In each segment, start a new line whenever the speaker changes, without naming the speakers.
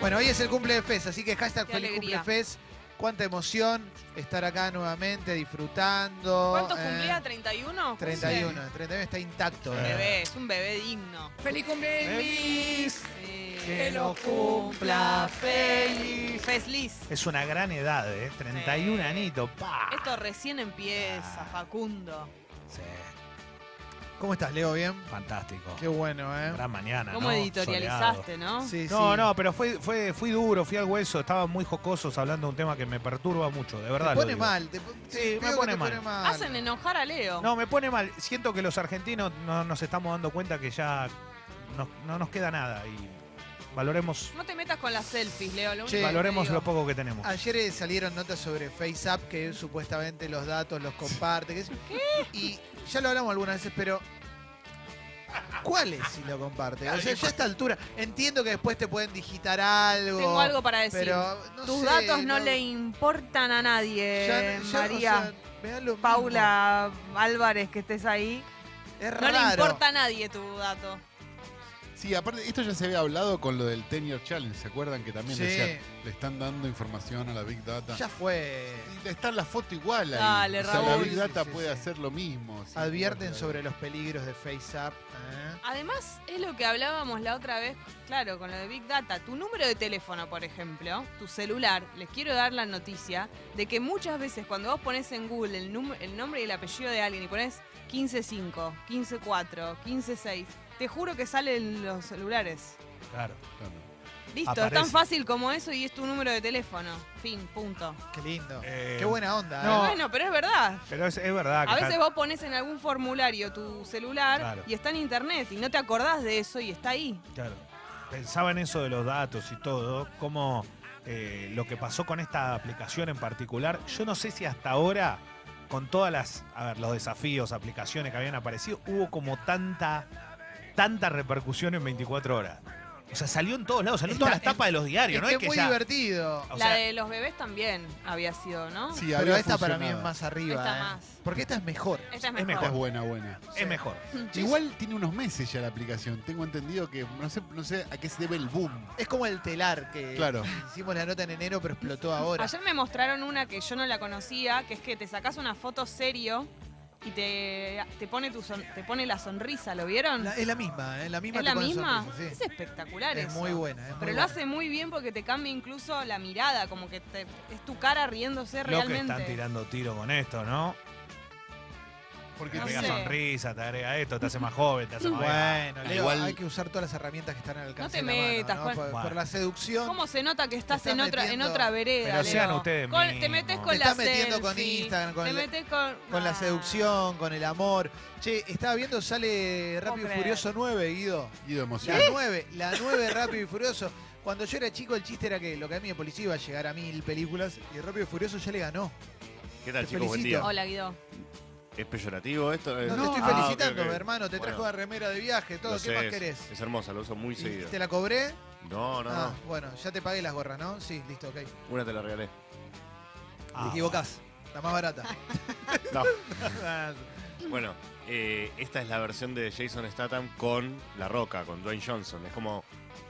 Bueno, hoy es el cumple de Fez, así que hashtag
Qué
feliz
alegría.
cumple Fez. Cuánta emoción estar acá nuevamente disfrutando.
¿Cuántos
eh,
cumplía?
31.
¿31?
31 está intacto. Eh,
Un bebé, es un bebé digno.
¡Feliz cumpleaños!
Sí.
Que lo cumpla feliz.
Feliz.
Es una gran edad, ¿eh? 31
Sí.
anito, pa.
Esto recién empieza,
Ah.
Facundo.
Sí,
¿Cómo estás, Leo? ¿Bien?
fantástico.
Qué bueno, ¿eh?
gran mañana.
¿Cómo
¿no?
editorializaste,
Soleado.
no?
Sí,
No,
sí.
no, pero fue, fue, fui duro, fui al hueso, estaban muy jocosos hablando de un tema que me perturba mucho, de
Te
verdad. lo
pone
digo.
mal. Te,
Sí,
te
me
veo que
pone
te
mal.
Hacen enojar a Leo.
No, me pone mal. Siento que los argentinos no nos estamos dando cuenta que ya no, no nos queda nada y valoremos,
No te metas con las selfies, Leo. Lo único
Che,
que te
valoremos
digo.
lo poco que tenemos.
Ayer eh, salieron notas sobre FaceApp que supuestamente los datos los comparte. Que es- Y ya lo hablamos algunas veces, pero. ¿Cuáles si lo comparte? O sea, ya a esta altura. Entiendo que después te pueden digitar algo.
Tengo algo para decir.
Pero. no
Tus
sé,
datos no, le importan a nadie,
Ya- ya, o
María.
sea, me da lo mismo.
Paula Álvarez, que estés ahí.
Es
No le
raro.
importa a nadie tu dato.
Sí, aparte, esto ya se había hablado con lo del 10 Year Challenge, ¿se acuerdan? Que también
Sí.
decían, le están dando información a la Big Data.
Ya fue.
Y está la foto igual ahí.
Dale,
o sea, la
Raúl.
Big Data
Sí, sí,
puede
sí.
hacer lo mismo. sí,
Advierten
igual,
sobre los peligros de FaceApp. ¿eh?
Además, es lo que hablábamos la otra vez, claro, con lo de Big Data. Tu número de teléfono, por ejemplo, tu celular, les quiero dar la noticia de que muchas veces cuando vos pones en Google el, num- el nombre y el apellido de alguien y pones 155, 154, 156, te juro que salen los celulares.
Claro.
claro.
Listo, es tan
Aparece.
fácil como eso y es tu número de teléfono. Fin, punto.
Qué lindo.
Eh,
Qué buena onda.
no.
¿eh?
Bueno, pero es verdad.
Pero es, es verdad que
A veces
está-
vos pones en algún formulario tu celular
Claro.
y está en internet y no te acordás de eso y está ahí.
Claro. Pensaba en eso de los datos y todo, como eh, lo que pasó con esta aplicación en particular. Yo no sé si hasta ahora, con todas las, a ver, los desafíos, aplicaciones que habían aparecido, hubo como tanta, tanta repercusión en 24 horas. O sea, salió en todos lados, salió en
Está-
todas las tapas de los diarios,
Es
¿no?
que
Es que
muy
ya-
divertido.
o
la
sea,
de los bebés también había sido, ¿no?
Sí,
Pero
había
esta para mí es
funcionado.
más arriba.
Esta
¿eh?
más.
Porque esta es mejor.
Esta es
es
mejor.
Esta es
mejor.
buena, buena.
Sí.
es mejor.
Igual tiene unos meses ya la aplicación. Tengo entendido que no sé, no sé a qué se debe el boom.
Es como el telar que
Claro.
hicimos la nota en enero, pero explotó ahora.
Ayer me mostraron una que yo no la conocía, que es que te sacás una foto serio y te, te, pone, tu son- te pone la sonrisa, ¿lo vieron?
La- es la misma, ¿eh? La misma
¿Es
que
la
con el
misma?
sonrisa,
Es
sí.
espectacular
Es
eso.
muy buena. es muy
Pero lo
buena.
hace muy bien porque te cambia incluso la mirada, como que te- es tu cara riéndose
Lo que
realmente.
están tirando tiro con esto, ¿no? Te
Porque
No
te-
pega
sé.
sonrisa, te agrega esto, te hace más joven, te hace más
Bueno, Leo,
Igual-
hay que usar todas las herramientas que están al alcance.
te
de la mano,
metas,
¿no?
Juan.
por, por
Bueno.
la seducción.
¿Cómo se nota que estás
Te
en
estás
otra, en
metiendo-
otra vereda?
Pero sean
Leo?
ustedes
Con- Te
mismos.
metes
Te
con la
estás metiendo con
selfie,
Instagram, con
te
la-
metes con...
Con la
Ah.
seducción, con el amor. Che, estaba viendo, sale Rápido y
creer.
Furioso 9, Guido.
Guido
La
emoción.
9, la 9 Rápido y Furioso. Cuando yo era chico, el chiste era que lo que a mí me policía iba a llegar a mil películas y Rápido y Furioso ya le ganó.
¿Qué tal,
Te
chicos? Buen
felicito.
día.
Hola, Guido.
¿Es peyorativo esto?
No, te estoy
Ah,
felicitando,
ok, ok.
hermano. Te
Bueno,
trajo la remera de viaje, todo.
lo
¿Qué
sé,
más
es-
querés?
Es hermosa, lo uso muy
¿Y
seguido.
¿Te la cobré?
No, no,
Ah,
no.
bueno, ya te pagué las gorras, ¿no? Sí, listo, ok.
Una te la regalé.
Te
Ah.
equivocás. La más barata.
No. bueno, eh, esta es la versión de Jason Statham con La Roca, con Dwayne Johnson. Es como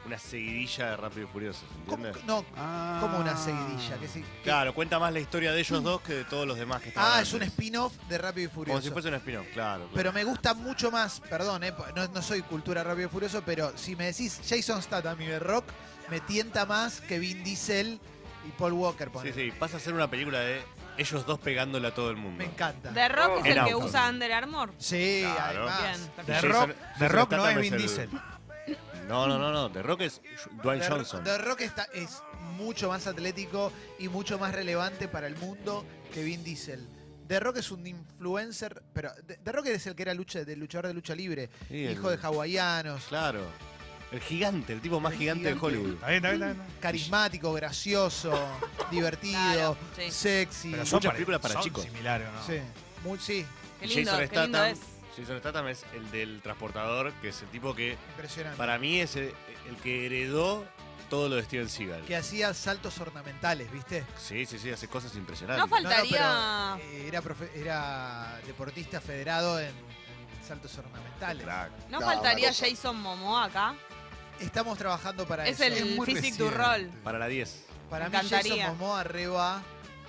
una seguidilla de Rápido y Furioso,
¿Cómo-
¿entiendes?
no,
Ah.
como una seguidilla. Que sí, que-
Claro, cuenta más la historia de ellos dos que de todos los demás que estaban
Mm. Ah, es un
antes.
spin-off de Rápido y
Como
Furioso.
si fuese un spin-off, claro. claro.
Pero me gusta mucho más, perdón, eh, no, no soy cultura rápido y furioso, pero si me decís Jason Statham y The Rock, me tienta más que Vin Diesel y Paul Walker.
Sí,
ponele.
sí, pasa a ser una película de ellos dos pegándole a todo el mundo.
Me encanta.
The Rock es
En
el que
auto.
usa Under Armour.
Ah, Sí,
Claro.
además.
Bien,
The
Jason-
Rock, The
Jason
Rock no
Statham
es
es
Vin
el-
Diesel.
No, no, no, no. The Rock es Dwayne
The,
Johnson.
The Rock está, es mucho más atlético y mucho más relevante para el mundo que Vin Diesel. The Rock es un influencer, pero The, The Rock es el que era lucha, de luchador de lucha libre,
Sí, el-
hijo de hawaianos,
Claro. El gigante, el tipo más
El
gigante,
gigante.
de Hollywood.
Está bien, está bien, está bien.
carismático, gracioso, divertido,
Claro, sí.
sexy.
Pero
son
son
Muchas películas para
son
chicos.
similares, ¿no?
Sí, muy, sí,
Qué
Y
lindo,
Jason
qué lindo
Statham.
es.
Jason Statham es el del transportador, que es el tipo que
impresionante.
para mí es el, el que heredó todo lo de Steven Seagal.
Que hacía saltos ornamentales, ¿viste?
Sí, sí, sí, hace cosas
No
impresionantes.
No, no,
faltaría...
pero, eh, era, profe- era deportista federado en, en saltos ornamentales.
Crack.
No
No,
faltaría
una cosa.
Jason Momoa acá.
Estamos trabajando para
Es
eso.
el
muy
physique du rol.
reciente.
Para la 10.
Para mí
me encantaría.
Jason Momoa re va,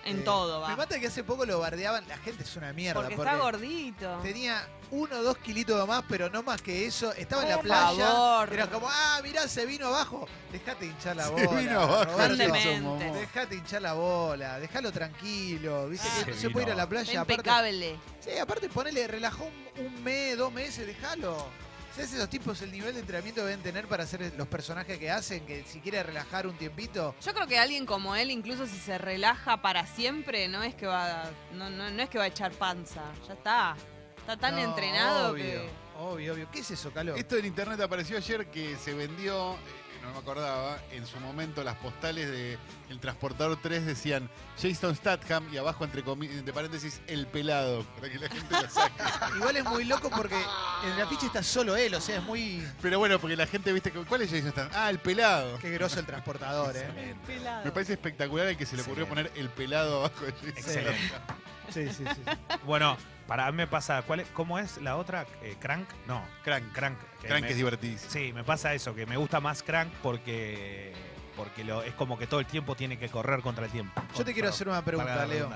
En
eh,
todo
Me
va.
mata que hace poco lo bardeaban. La gente es una mierda.
Porque está gordito.
Tenía uno o dos kilitos de más, pero no más que eso. Estaba en la
Por
playa.
favor.
Era como, ah, mirá, se vino abajo. Dejate hinchar la bola.
Se vino abajo.
Roberto.
Demente.
Jason Momoa.
Dejate hinchar la bola. Déjalo tranquilo. Viste
Ah.
que no
Se
se puede ir
vino
a la
Está
playa. Aparte,
impecable.
sí, aparte ponele, relajó un, un mes, dos meses, déjalo. ¿Sabes esos tipos el nivel de entrenamiento que deben tener para hacer los personajes que hacen? Que si quiere relajar un tiempito,
Yo creo que alguien como él, incluso si se relaja para siempre, no es que va, no, no, no es que va a echar panza. Ya está. Está tan
No,
entrenado
obvio,
que.
Obvio, obvio. ¿Qué es eso, Calo?
Esto en internet apareció ayer que se vendió, eh, no me acordaba, en su momento las postales de El Transportador 3 decían Jason Statham y abajo entre, comi- entre paréntesis El Pelado, para que la gente lo saque.
Igual es muy loco porque en el afiche está solo él, o sea, es muy...
Pero bueno, porque la gente, viste, ¿cuál es Jason Statham? Ah, El Pelado.
Qué groso el transportador, ¿eh?
Me parece espectacular el que se le ocurrió poner El Pelado abajo de Jason
Excelente.
Statham.
Sí, sí, sí.
Bueno, para mí me pasa, ¿cuál es- ¿cómo es la otra? Eh, ¿Crank? No,
Crank, crank,
Crank. que
crank
me-
es divertidísimo.
Sí, me pasa eso, que me gusta más Crank porque, porque lo, es como que todo el tiempo tiene que correr contra el tiempo.
Yo te quiero hacer una pregunta, Leo.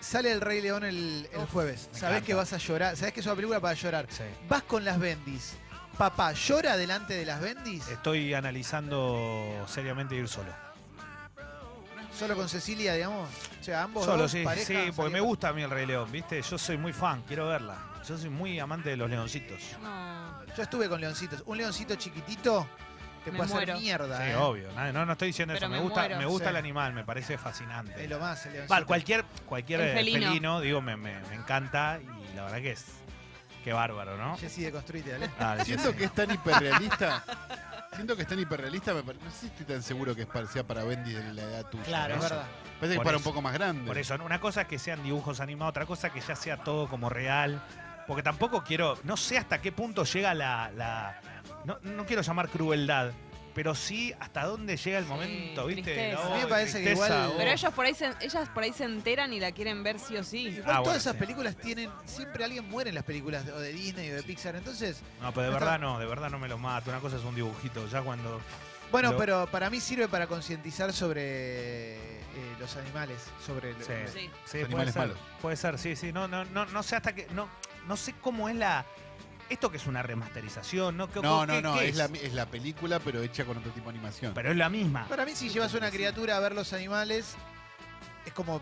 Sale el Rey León el, el jueves.
me
Sabés
encanta.
que vas a llorar. Sabés que es una película para llorar. Vas con las Bendis. Papá, ¿llora delante de las Bendis?
Estoy analizando seriamente ir solo.
Solo con Cecilia, digamos. O sea, ambos
Solo,
dos,
sí,
pareja,
sí,
salía-
porque me gusta a mí el Rey León, ¿viste? Yo soy muy fan, quiero verla. Yo soy muy amante de los leoncitos.
No.
Yo estuve con leoncitos. Un leoncito chiquitito te
Me
puede
muero.
hacer mierda,
Sí,
¿eh?
obvio. Nada- No, no estoy diciendo
Pero
eso. Me,
me
gusta,
muero.
me gusta
Sí.
el animal, me parece
Es
fascinante.
lo más, el leoncito.
Val, cualquier cualquier
El
eh,
felino.
felino. digo, me, me- me encanta y la verdad que es. Qué bárbaro, ¿no?
Jessy, deconstruite, dale.
Ah, sí,
Siento
sí.
que es tan hiperrealista. Siento que es tan hiperrealista, me pare- no sé si estoy tan seguro que es par- sea para Bendy de la edad tuya.
Claro,
¿no?
es
eso.
verdad.
Parece que es
Por
para un
eso.
poco más grande.
Por eso, una cosa es que sean dibujos animados, otra cosa que ya sea todo como real. Porque tampoco quiero, no sé hasta qué punto llega la. la- no, no quiero llamar crueldad, pero sí hasta dónde llega el
Sí,
momento, ¿viste?
tristeza.
No,
A mí me
parece que igual-
oh.
Pero ellos por ahí se- ellas por ahí se enteran y la quieren ver sí o sí.
Igual
Ah,
todas
bueno,
esas
sí.
películas tienen. Siempre alguien muere en las películas, o de Disney o de Pixar. Entonces,
No, pero de
Está-
verdad no, de verdad no me lo mato. Una cosa es un dibujito, ya cuando.
Bueno,
Lo-
pero para mí sirve para concientizar sobre eh, los animales, sobre lo-
Sí.
Sí.
Sí,
Los
puede
animales
ser.
malos.
Puede ser, sí, sí. No, no, no, no sé hasta que. No, no sé cómo es la. Esto que es una remasterización, ¿no? ¿Qué-
No,
qué-
no, no,
qué
es? la, es la película, pero hecha con otro tipo de animación.
Pero es la misma.
Para mí si llevas una criatura a ver los animales es como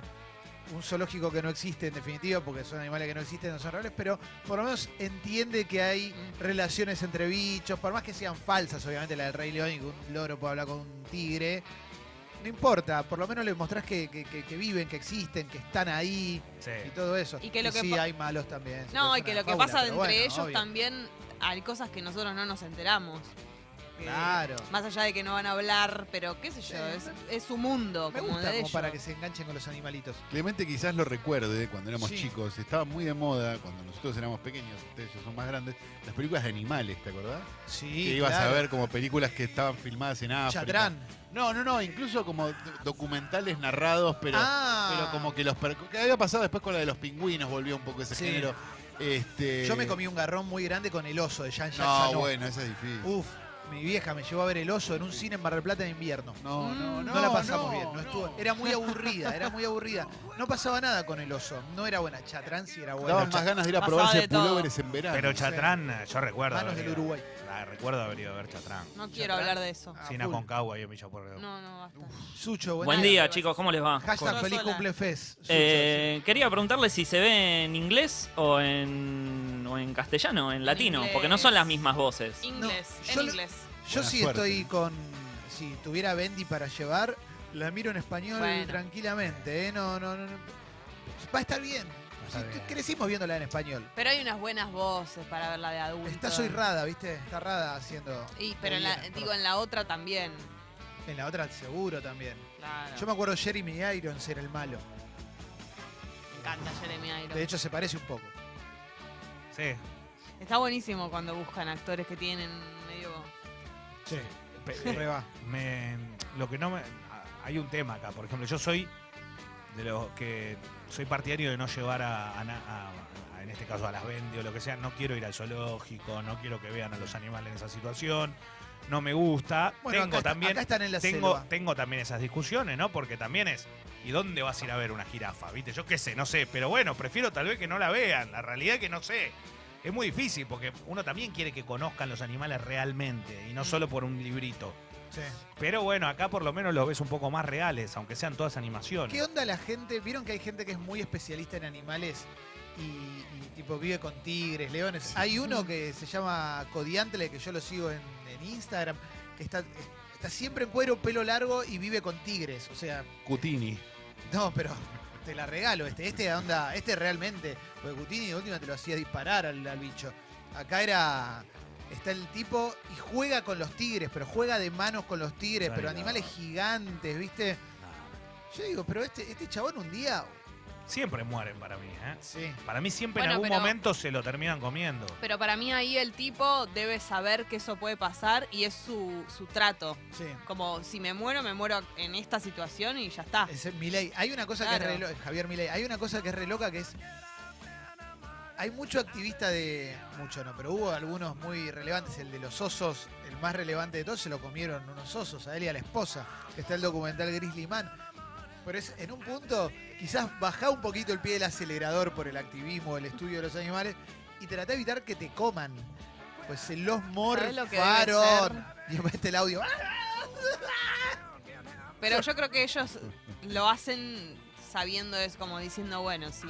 un zoológico que no existe en definitiva, porque son animales que no existen, no son reales, pero por lo menos entiende que hay
Mm.
relaciones entre bichos, por más que sean falsas, obviamente la del Rey León y que un loro puede hablar con un tigre. No importa, por lo menos le mostrás que, que- que- que viven, que existen, que están ahí
Sí.
y todo eso.
Y que lo que
sí,
pa-
hay malos también.
No, y
es
que
una
lo que
fábula,
pasa
pero
entre
bueno,
ellos
obvio.
también hay cosas que nosotros no nos enteramos. Que-
Claro.
Más allá de que no van a hablar, pero qué sé yo,
Sí,
es, es su mundo,
Me
como
gusta
de
como
ellos.
para que se enganchen con los animalitos.
Clemente quizás lo recuerde cuando éramos
Sí.
chicos. Estaba muy de moda cuando nosotros éramos pequeños, ustedes ya son más grandes, las películas de animales, ¿te acordás?
Sí.
que ibas a ver como películas que estaban filmadas en África.
Chatrán.
No, no, no, incluso como do- documentales narrados, pero,
ah,
pero como que los... per- que había pasado después con la de los pingüinos, volvió un poco ese
Sí.
género. Este,
Yo me comí un garrón muy grande con el oso de Jean Jacques
No,
Sanó.
bueno, esa es difícil.
Uf, mi vieja me llevó a ver el oso en un cine en Mar del Plata en invierno.
No, no,
Mm.
no.
No, la pasamos
no,
bien, no estuvo-
no.
era muy aburrida, era muy aburrida. No pasaba nada con el oso, no era buena. Chatrán sí era buena.
Daban más ganas de ir a
Pasaba de
probarse
todo.
pulóveres en verano.
Pero
sí.
Chatrán, eh, yo recuerdo.
Manos
haber
del
ido-
Uruguay.
Ah, recuerdo haber ido a ver Chatrán.
No quiero
Chatrán.
hablar de eso.
Ah,
Sin
full.
Aconcagua y Millo por
No, no, basta.
Sucho, buen,
Buen
día.
día, chicos, ¿cómo les va?
Hashtag
Con-
feliz
Sola.
cumple Fez. Sucho,
Eh, quería preguntarle si se ve en inglés o en, o en castellano, en latino,
inglés.
porque no son las mismas voces.
Inglés,
No,
en
yo lo-
inglés.
sí. Yo
Buena
sí
suerte.
estoy con. Si tuviera Bendy para llevar, la miro en español
Bueno.
tranquilamente. ¿eh? No, no, no, no. Va a estar bien.
estar
Sí,
bien.
Crecimos viéndola en español.
Pero hay unas buenas voces para verla de adulto.
Está soy rada, ¿viste? Está rada haciendo.
Y, pero en la-
Bien,
digo, en la otra también.
En la otra seguro también.
Claro.
Yo me acuerdo Jeremy Irons era el malo.
Me encanta Jeremy Irons.
De hecho se parece un poco.
Sí.
Está buenísimo cuando buscan actores que tienen medio.
Sí.
Pe-
Re va.
me- lo que no me. a- Hay un tema acá, por ejemplo, yo soy de los que soy partidario de no llevar a, a na- a- a a- en este caso a las vendios, lo que sea, no quiero ir al zoológico, no quiero que vean a los animales en esa situación, no me gusta.
Bueno,
tengo
acá, está-
también
acá están en la
tengo,
selva.
tengo también esas discusiones, ¿no? Porque también es, ¿y dónde vas a ir a ver una jirafa? ¿Viste? Yo qué sé, no sé, pero bueno, prefiero tal vez que no la vean. La realidad es que no sé. Es muy difícil porque uno también quiere que conozcan los animales realmente y
Mm.
no solo por un librito.
Sí.
Pero bueno, acá por lo menos los ves un poco más reales, aunque sean todas animaciones.
¿Qué onda la gente? ¿Vieron que hay gente que es muy especialista en animales y, y tipo vive con tigres, leones? Hay uno que se llama Codiantle, que yo lo sigo en, en Instagram, que está, está siempre en cuero, pelo largo y vive con tigres. O sea,
Cutini.
no, pero te la regalo este. Este onda, este realmente, porque Cutini de última te lo hacía disparar al, al bicho. Acá era. Está el tipo y juega con los tigres, pero juega de manos con los tigres,
Ay,
pero
no.
animales gigantes, ¿viste? Yo digo, pero este, este chabón un día.
Siempre mueren para mí, ¿eh?
Sí.
Para mí siempre en
Bueno,
algún
pero-
momento se lo terminan comiendo.
Pero para mí ahí el tipo debe saber que eso puede pasar y es su, su trato.
Sí.
Como si me muero, me muero en esta situación y ya está.
Es Milei. Hay una cosa que
Claro.
es re lo- Javier Milei. Hay una cosa que es re loca que es. Hay mucho activista de. Mucho no, pero hubo algunos muy relevantes. El de los osos, el más relevante de todos, se lo comieron unos osos, a él y a la esposa. Que está el documental Grizzly Man. Pero es en un punto, quizás bajá un poquito el pie del acelerador por el activismo, el estudio de los animales, y trata de evitar que te coman. Pues se los
¿Sabés lo que debe
morfaron. Y mete el audio. ¡ah!
Pero yo creo que ellos lo hacen sabiendo es como diciendo, bueno, si,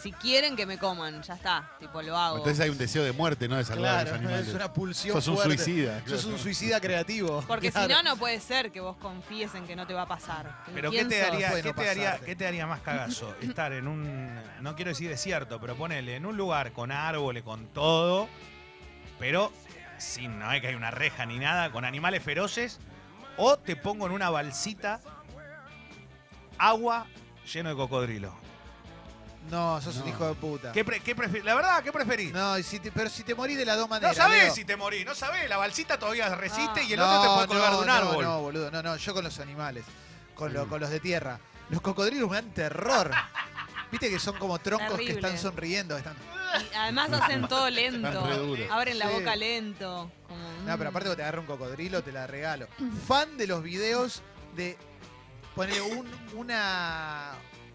si quieren que me coman, ya está. Tipo, lo hago.
Entonces hay un deseo de muerte, ¿no? De salvar a los
Claro,
animales.
es una pulsión.
Sos un
fuerte.
suicida.
Sos un suicida creativo.
Porque
Claro.
si no, no puede ser que vos confíes en que no te va a pasar.
Pero ¿qué
¿Quién
te,
sos?
daría,
Puede
qué
no
te daría,
pasarte.
qué te daría más cagazo? Estar en un, no quiero decir desierto, pero ponele, en un lugar con árboles, con todo, pero sin, no es que hay una reja ni nada, con animales feroces, o te pongo en una balsita agua lleno de cocodrilo.
No, sos un
No.
hijo de puta.
¿Qué pre- qué prefi- la verdad, ¿qué preferís? No,
No, y si te- pero si te morís de las dos maneras.
sabés
Leo.
si te morís, no sabés, la balsita todavía resiste
Ah.
y el otro te puede colgar
no,
de un
no,
árbol. Mm.
No, boludo, no, no, yo con los animales. Con, lo- con los de tierra. Los cocodrilos me dan terror. Viste que son como troncos
Terrible.
que están sonriendo. Están...
Y además hacen todo
Están re
lento.
duros.
Abren la
Sí.
boca lento. Como,
No, pero aparte
mm.
cuando te agarra un cocodrilo, te la regalo. Fan de los videos de ponerle un, una,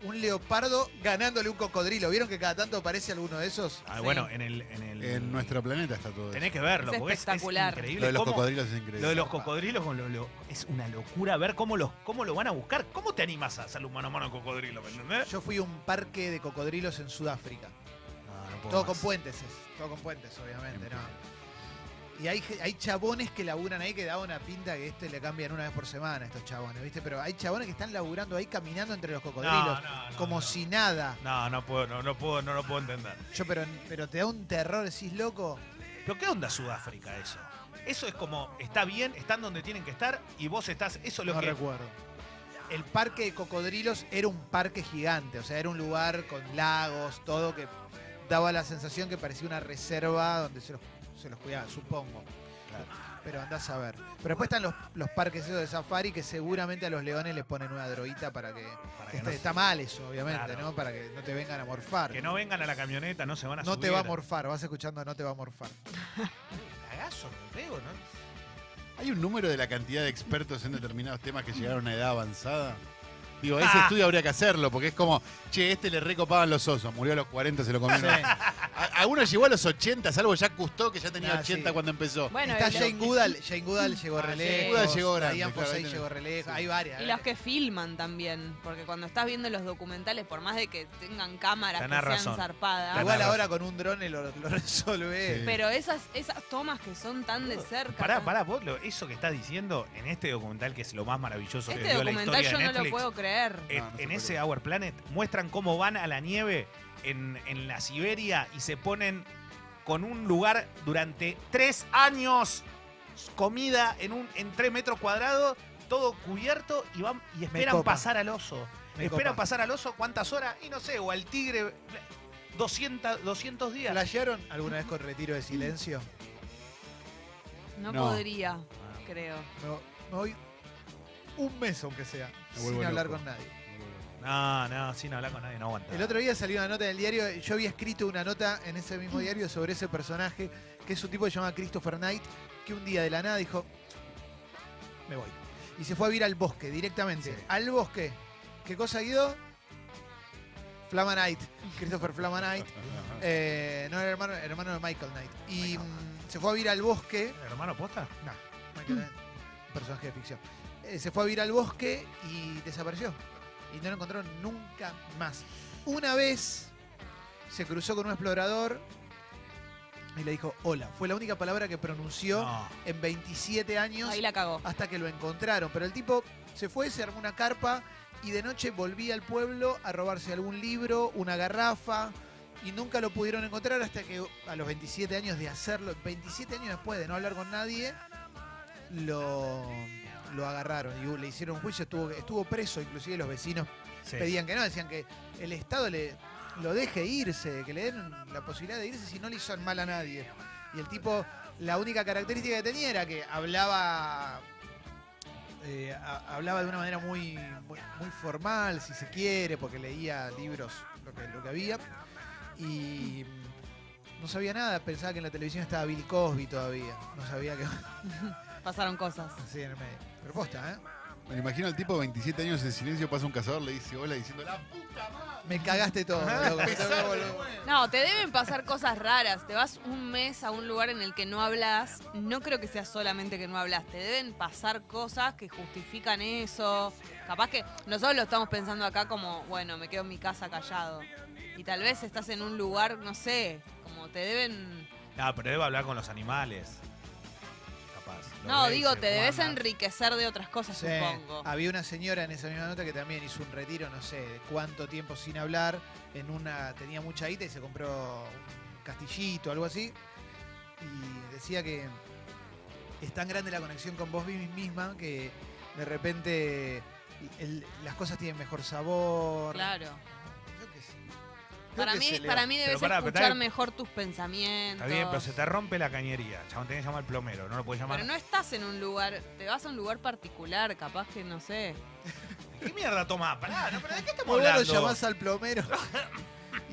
un leopardo ganándole un cocodrilo. ¿Vieron que cada tanto aparece alguno de esos?
Ah,
Sí.
bueno, en el, en el-
En nuestro planeta está todo
Tenés
eso.
que verlo,
Es
porque es, es
espectacular.
increíble.
Lo de los
cómo-
cocodrilos es increíble.
Lo de los cocodrilos con lo- lo- es una locura ver cómo, los, cómo lo van a buscar. ¿Cómo te animas a hacer un mano a mano cocodrilo? ¿Me entendés?
Yo fui a un parque de cocodrilos en Sudáfrica.
No, no puedo
Todo
más.
con puentes, es, todo con puentes, obviamente, ¿no? Y hay, ge- hay chabones que laburan ahí que da una pinta que este le cambian una vez por semana a estos chabones, ¿viste? Pero hay chabones que están laburando ahí caminando entre los cocodrilos,
no, no,
como
no.
si nada.
No, no puedo, no, no puedo, no lo puedo entender.
Yo, pero, pero te da un terror, decís loco.
¿Pero qué onda Sudáfrica eso? Eso es como, está bien, están donde tienen que estar y vos estás. Eso es lo
no
que.
recuerdo. El parque de cocodrilos era un parque gigante, o sea, era un lugar con lagos, todo que daba la sensación que parecía una reserva donde se los, se los cuidaba, supongo.
Claro.
Pero andás a ver. Pero después están los, los parques esos de safari que seguramente a los leones les ponen una droguita para que...
para
que
que,
está,
no,
este está mal eso, obviamente,
Claro.
¿no? Para que no te vengan a morfar.
que no vengan a la camioneta, no se van a
No
subir.
te va a morfar, vas escuchando, no te va a morfar.
Cagazo, me pego, ¿no?
¿Hay un número de la cantidad de expertos en determinados temas que llegaron a una edad avanzada? Digo, ese
Ah.
estudio habría que hacerlo, porque es como, che, este le recopaban los osos, murió a los 40, se lo comieron. A, a uno llegó a los 80, salvo ya Custó, que ya tenía
Ah,
80
sí.
cuando empezó.
Bueno,
Está
y, lo-
Jane Goodall, Jane Goodall llegó
Ah,
re
Jane
lejos,
Goodall llegó grande,
Diane
claro,
Fossey
ahí tenés.
llegó re lejos,
Sí.
hay varias.
y los que filman también. Porque cuando estás viendo los documentales, por más de que tengan cámaras
Tenés
que sean
razón.
zarpadas.
Tenés
Igual
razón.
ahora con un drone lo, lo resolvés.
Ah, Sí.
Pero esas, esas tomas que son tan de cerca.
Pará,
son-
pará, vos lo- eso que estás diciendo en este documental que es lo más maravilloso que
Este
dio la
documental
historia
yo
de
no
Netflix. Eh,
lo puedo creer.
en,
No, no se
en
puede
ese
creer.
Our Planet muestran cómo van a la nieve en, en la Siberia y se ponen con un lugar durante tres años comida en un en tres metros cuadrados, todo cubierto y van y esperan
copa.
pasar al oso.
Me
esperan
copa.
pasar al oso cuántas horas y no sé, o al tigre 200, 200 días.
¿Flashearon alguna vez con retiro de silencio?
No,
No.
podría,
Ah.
creo.
Me, me voy un mes aunque sea,
vuelvo
sin hablar
loco.
con nadie.
No, no, sin hablar con nadie, no aguanta.
El otro día salió una nota en el diario, yo había escrito una nota en ese
Mm.
mismo diario sobre ese personaje, que es un tipo que se llama Christopher Knight, que un día de la nada dijo, me voy. Y se fue a vivir al bosque, directamente. Al bosque. ¿Qué cosa, Guido? Flama Knight. Christopher Flama Knight. Eh, no, era hermano, hermano de Michael Knight. Y mm, se fue a vivir al bosque.
¿Hermano posta?
No, Michael Knight, un personaje de ficción. Eh, se fue a vivir al bosque y desapareció. Y no lo encontraron nunca más. Una vez se cruzó con un explorador y le dijo hola. Fue la única palabra que pronunció
No.
en 27 años
Ahí la cagó.
hasta que lo encontraron. Pero el tipo se fue, se armó una carpa y de noche volvía al pueblo a robarse algún libro, una garrafa. Y nunca lo pudieron encontrar hasta que a los 27 años de hacerlo, 27 años después de no hablar con nadie, lo, lo agarraron y le hicieron un juicio, estuvo, estuvo preso, inclusive los vecinos
Sí.
pedían que no, decían que el Estado le, lo deje irse, que le den la posibilidad de irse si no le hizo mal a nadie. Y el tipo, la única característica que tenía era que hablaba eh, ha- hablaba de una manera muy, muy, muy formal, si se quiere, porque leía libros, lo que, lo que había, y mm, no sabía nada, pensaba que en la televisión estaba Bill Cosby todavía, no sabía que
Pasaron cosas.
así en el medio. Pero posta, ¿eh?
Me lo imagino al tipo 27 años en silencio, pasa un cazador, le dice hola diciendo la puta madre.
Me cagaste todo. loco, te
pesar
vuelvo
de
loco.
nuevo.
No, te deben pasar cosas raras. Te vas un mes a un lugar en el que no hablas. No creo que sea solamente que no hablas. Te deben pasar cosas que justifican eso. Capaz que nosotros lo estamos pensando acá como, bueno, me quedo en mi casa callado. Y tal vez estás en un lugar, no sé, como te deben.
No, pero debe hablar con los animales. Capaz. Los
No,
reyes,
digo, te debes
guardas.
enriquecer de otras cosas,
Sí.
supongo.
Había una señora en esa misma nota que también hizo un retiro, no sé, de cuánto tiempo sin hablar, en una tenía mucha guita y se compró un castillito, algo así, y decía que es tan grande la conexión con vos misma que de repente el- las cosas tienen mejor sabor.
Claro.
Yo qué sé. Creo
Para
que
mí,
se le
para
va.
mí
Pero
debes
pará, pero está
escuchar
bien.
mejor tus pensamientos.
Está bien, pero se te rompe la cañería. Chabón, tenés que llamar al plomero. No lo podés llamar.
Pero no estás en un lugar, te vas a un lugar particular, capaz que no sé.
¿Qué mierda tomás? Pará, no, pero ¿de qué estamos
Muy bueno,
hablando?
llamás al plomero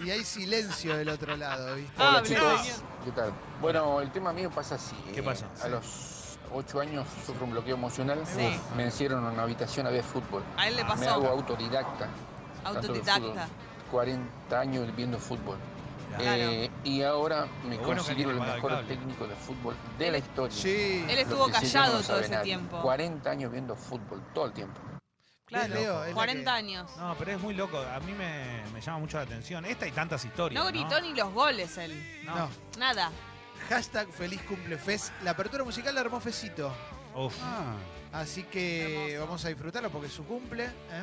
y hay silencio del otro lado, ¿viste?
Hable,
chicos.
señor.
¿Qué tal? Bueno, el tema mío pasa así.
¿Qué
Eh,
pasa?
A los ocho años sufro un bloqueo emocional.
Sí.
Me encierran en una habitación a ver fútbol.
A
Ah,
él le
Me hago
pasó.
autodidacta. tanto de
Autodidacta.
fútbol. 40 años viendo fútbol.
Mirá,
Eh, y ahora me
Lo bueno que
considero
alguien le
el
paga el
mejor
cable.
técnico de fútbol de la historia.
Sí.
Él
Lo
estuvo
que se llama
callado
no
todo
sabe
ese
nadie.
tiempo.
40 años viendo fútbol, todo el tiempo.
Claro. Leo, es la
40
que-
años.
No, pero es muy loco. A mí me, me llama mucho la atención. Esta y tantas historias.
No gritó ni los goles él.
No.
No.
Nada.
Hashtag feliz cumple Fez. La apertura musical la armó Fecito.
Uf.
Ah,
Así que
Hermoso.
vamos a disfrutarlo porque es su cumple. ¿eh?